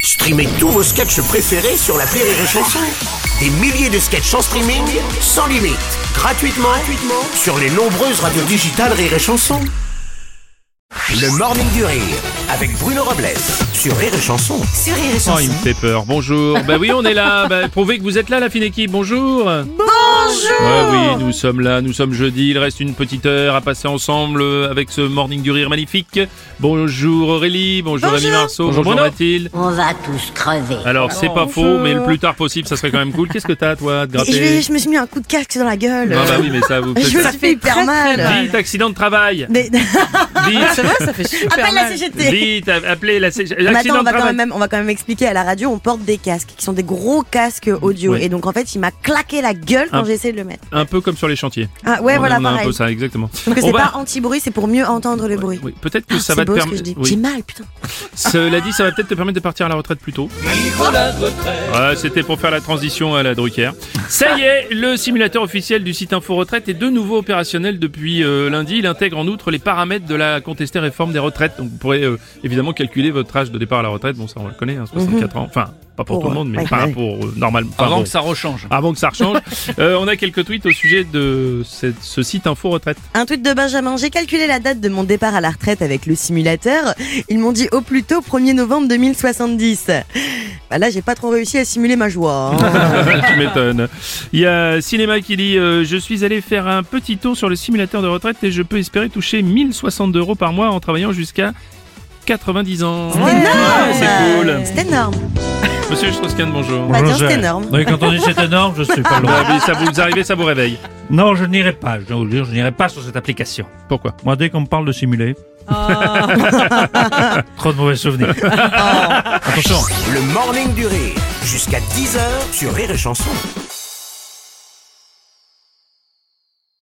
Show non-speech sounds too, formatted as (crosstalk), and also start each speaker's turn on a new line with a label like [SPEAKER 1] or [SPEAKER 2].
[SPEAKER 1] Streamez tous vos sketchs préférés sur la Rire et Chanson. Des milliers de sketchs en streaming, sans limite, gratuitement, gratuitement sur les nombreuses radios digitales Rire et Chanson. Le Morning du Rire avec Bruno Robles sur Rire et Chanson.
[SPEAKER 2] Sur Rire et
[SPEAKER 3] Oh, il
[SPEAKER 2] Chanson.
[SPEAKER 3] me fait peur. Bonjour. Bah oui, on est là. Bah, prouvez que vous êtes là, la fine équipe. Bonjour.
[SPEAKER 2] Bonjour
[SPEAKER 3] Ah oui, nous sommes là. Nous sommes jeudi. Il reste une petite heure à passer ensemble euh, avec ce morning du rire magnifique. Bonjour Aurélie. Bonjour, Ami Marceau. Bonjour, Mathilde.
[SPEAKER 4] On va tous crever.
[SPEAKER 3] Alors, c'est pas faux, mais le plus tard possible, ça serait quand même cool. Qu'est-ce que t'as, toi, de
[SPEAKER 5] Et je, vais-
[SPEAKER 3] gratter
[SPEAKER 5] je me suis mis un coup de casque dans la gueule.
[SPEAKER 3] Ah bah oui, mais ça vous
[SPEAKER 5] (laughs) je me
[SPEAKER 3] fait.
[SPEAKER 5] suis fait hyper mal.
[SPEAKER 3] Vite, accident de travail.
[SPEAKER 5] (laughs) Mais, Ah,
[SPEAKER 3] Vite,
[SPEAKER 5] (laughs) appelle la CGT.
[SPEAKER 3] vite, appelez la CG-
[SPEAKER 5] Mais attends,
[SPEAKER 3] Accident
[SPEAKER 5] on
[SPEAKER 3] de
[SPEAKER 5] va, quand
[SPEAKER 3] travail.
[SPEAKER 5] même, on va quand même expliquer à la radio, on porte des casques qui sont des gros casques audio.
[SPEAKER 3] Ouais.
[SPEAKER 5] Et donc en fait, il m'a claqué la gueule quand
[SPEAKER 3] Ah.
[SPEAKER 5] j'ai essayé de le mettre.
[SPEAKER 3] Un peu comme sur les chantiers.
[SPEAKER 5] Ah ouais,
[SPEAKER 3] On a-
[SPEAKER 5] voilà,
[SPEAKER 3] on a un
[SPEAKER 5] pareil.
[SPEAKER 3] peu ça, exactement.
[SPEAKER 5] Donc
[SPEAKER 3] On
[SPEAKER 5] c'est
[SPEAKER 3] va-
[SPEAKER 5] pas anti-bruit, c'est pour mieux entendre le bruit.
[SPEAKER 3] Oui, peut-être que
[SPEAKER 5] Ah,
[SPEAKER 3] ça
[SPEAKER 5] c'est
[SPEAKER 3] va te
[SPEAKER 5] beau ce que je
[SPEAKER 3] permettre.
[SPEAKER 5] dis.
[SPEAKER 3] oui.
[SPEAKER 5] J'ai mal, putain.
[SPEAKER 3] Cela dit, ça va peut-être te permettre de partir à la retraite plus tôt. Ouais, C'était pour faire la transition à la Drucker. Ça y est, le simulateur officiel du site Info Retraite est de nouveau opérationnel depuis euh, lundi. Il intègre en outre les paramètres de la contestée réforme des retraites. Donc vous pourrez euh, évidemment calculer votre âge de départ à la retraite. Bon, ça on le connaît, hein,
[SPEAKER 6] Mhm.
[SPEAKER 3] 64 ans. Enfin, pas pour
[SPEAKER 5] Pour,
[SPEAKER 3] tout le
[SPEAKER 5] euh,
[SPEAKER 3] monde, mais
[SPEAKER 5] ouais.
[SPEAKER 3] pas
[SPEAKER 5] Ouais.
[SPEAKER 3] pour euh, normalement. Enfin,
[SPEAKER 6] Oh, Avant
[SPEAKER 3] bon,
[SPEAKER 6] que ça rechange.
[SPEAKER 3] Avant que ça rechange. Euh, on a quelques tweets au sujet de cette- ce site Info Retraite.
[SPEAKER 5] Un tweet de Benjamin, j'ai calculé la date de mon départ à la retraite avec le simulateur. Ils m'ont dit au plus tôt 1er novembre 2070. Bah là, j'ai pas trop réussi à simuler ma joie. hein.
[SPEAKER 3] tu m'étonnes. Il y a Cinéma qui dit euh, Je suis allé faire un petit tour sur le simulateur de retraite et je peux espérer toucher 1060 euros par mois en travaillant jusqu'à 90 ans. (laughs) Ouais, c'est cool.
[SPEAKER 5] C'est énorme.
[SPEAKER 3] Monsieur Strauss-Kahn, bonjour.
[SPEAKER 5] Bah tiens, c'est énorme.
[SPEAKER 7] Oui, quand on dit c'est énorme, je suis pas
[SPEAKER 6] (laughs)
[SPEAKER 3] Bah
[SPEAKER 7] loin.
[SPEAKER 3] oui, ça vous arrivez, ça vous réveille.
[SPEAKER 7] Non, je n'irai pas, je dois vous le dire, je n'irai pas sur cette application.
[SPEAKER 3] Pourquoi
[SPEAKER 7] Moi, dès qu'on me parle de simuler.
[SPEAKER 5] Oh.
[SPEAKER 7] (laughs) Trop de mauvais souvenirs. Attention.
[SPEAKER 1] Le Morning du Rire jusqu'à 10h sur Rire et Chanson.